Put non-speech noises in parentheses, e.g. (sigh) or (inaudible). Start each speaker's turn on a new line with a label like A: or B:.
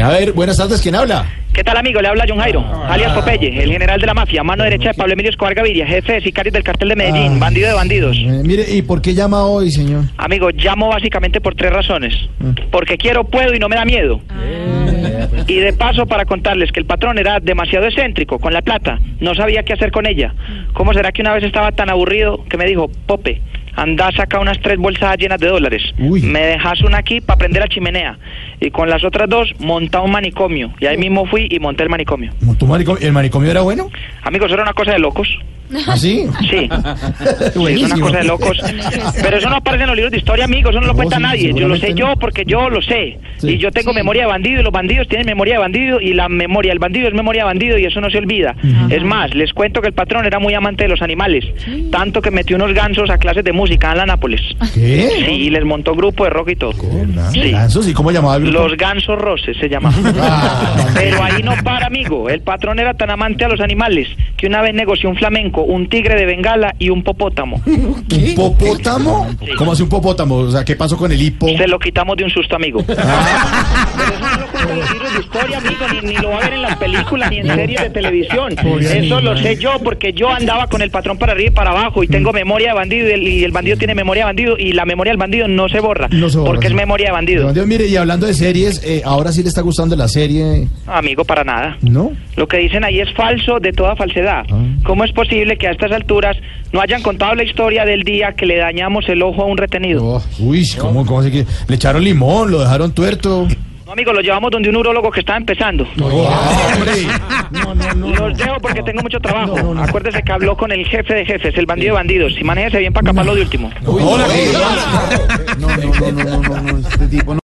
A: A ver, buenas tardes, ¿quién habla?
B: ¿Qué tal, amigo? Le habla John Jairo,
A: Ah,
B: alias Popeye, el general de la mafia, mano derecha de Pablo Emilio Escobar Gaviria, jefe de sicarios del cartel de Medellín,
A: Ah.
B: bandido de bandidos.
A: Eh, mire, ¿y por qué llama hoy, señor?
B: Amigo, llamo básicamente por tres razones.
A: Mm.
B: Porque quiero, puedo y no me da miedo. Y de paso para contarles que el patrón era demasiado excéntrico con la plata, no sabía qué hacer con ella. ¿Cómo será que una vez estaba tan aburrido que me dijo, Pope, anda saca unas tres bolsas llenas de dólares,
A: Uy.
B: me dejas una aquí para prender la chimenea y con las otras dos monta un manicomio. Y ahí mismo fui y monté el manicomio.
A: ¿Tu manicomio- ¿El manicomio era bueno?
B: Amigos, eso era una cosa de locos.
A: ¿Así?
B: (laughs)
A: (laughs)
B: Sí. Sí, es una
A: Buenísimo.
B: cosa de locos. Pero eso no aparece en los libros de historia, amigos, eso no lo
A: No,
B: cuenta
A: sí,
B: nadie. Yo lo sé
A: seguramente
B: yo
A: no.
B: porque yo lo sé.
A: Sí.
B: Y yo tengo memoria de bandido y los bandidos tienen memoria de bandido y la memoria del bandido es memoria de bandido y eso no se olvida. Es más, les cuento que el patrón era muy amante de los animales, tanto que metió unos gansos a clases de música en la Nápoles. Sí,
A: ¿Qué?
B: y les montó grupo de rock y todo. Sí.
A: ¿Gansos? ¿Y cómo llamaba el grupo?
B: Los gansos roces se llamaba.
A: (laughs) Ah.
B: Pero ahí no para, amigo. El patrón era tan amante a los animales que una vez negoció un flamenco, un tigre de Bengala y un popótamo.
A: ¿Un popótamo? ¿Cómo hace un popótamo? O sea, ¿qué pasó con el hipo?
B: Se lo quitamos de un susto, amigo. Pero
A: Ah.
B: eso no lo cuentan los libros de historia, amigo, ni, ni lo va a ver en las películas ni en series de televisión. Eso
A: eh.
B: lo sé yo porque yo andaba con el patrón para arriba y para abajo y tengo memoria de bandido y el, y el bandido tiene memoria de bandido y la memoria del bandido no se borra,
A: No se borra,
B: porque
A: sí.
B: es memoria de bandido.
A: Dios, mire, y hablando de series, eh, ahora sí le está gustando la serie,
B: Amigo, para nada.
A: ¿no?
B: Lo que dicen ahí es falso de toda falsedad.
A: Ah.
B: ¿Cómo es posible que a estas alturas no hayan contado la historia del día que le dañamos el ojo a un retenido?
A: Oh, uy, ¿cómo, cómo se que Le echaron limón, lo dejaron tuerto.
B: No, amigo, lo llevamos donde un urólogo que está empezando.
A: Oh, hombre. No, no, no.
B: Los dejo porque tengo mucho trabajo.
A: No, no, no.
B: Acuérdese que habló con el jefe de jefes, el bandido de bandidos. Y manéjese bien para acá para lo de último.
A: Uy, no, no, no, no, no, no, no, este tipo no.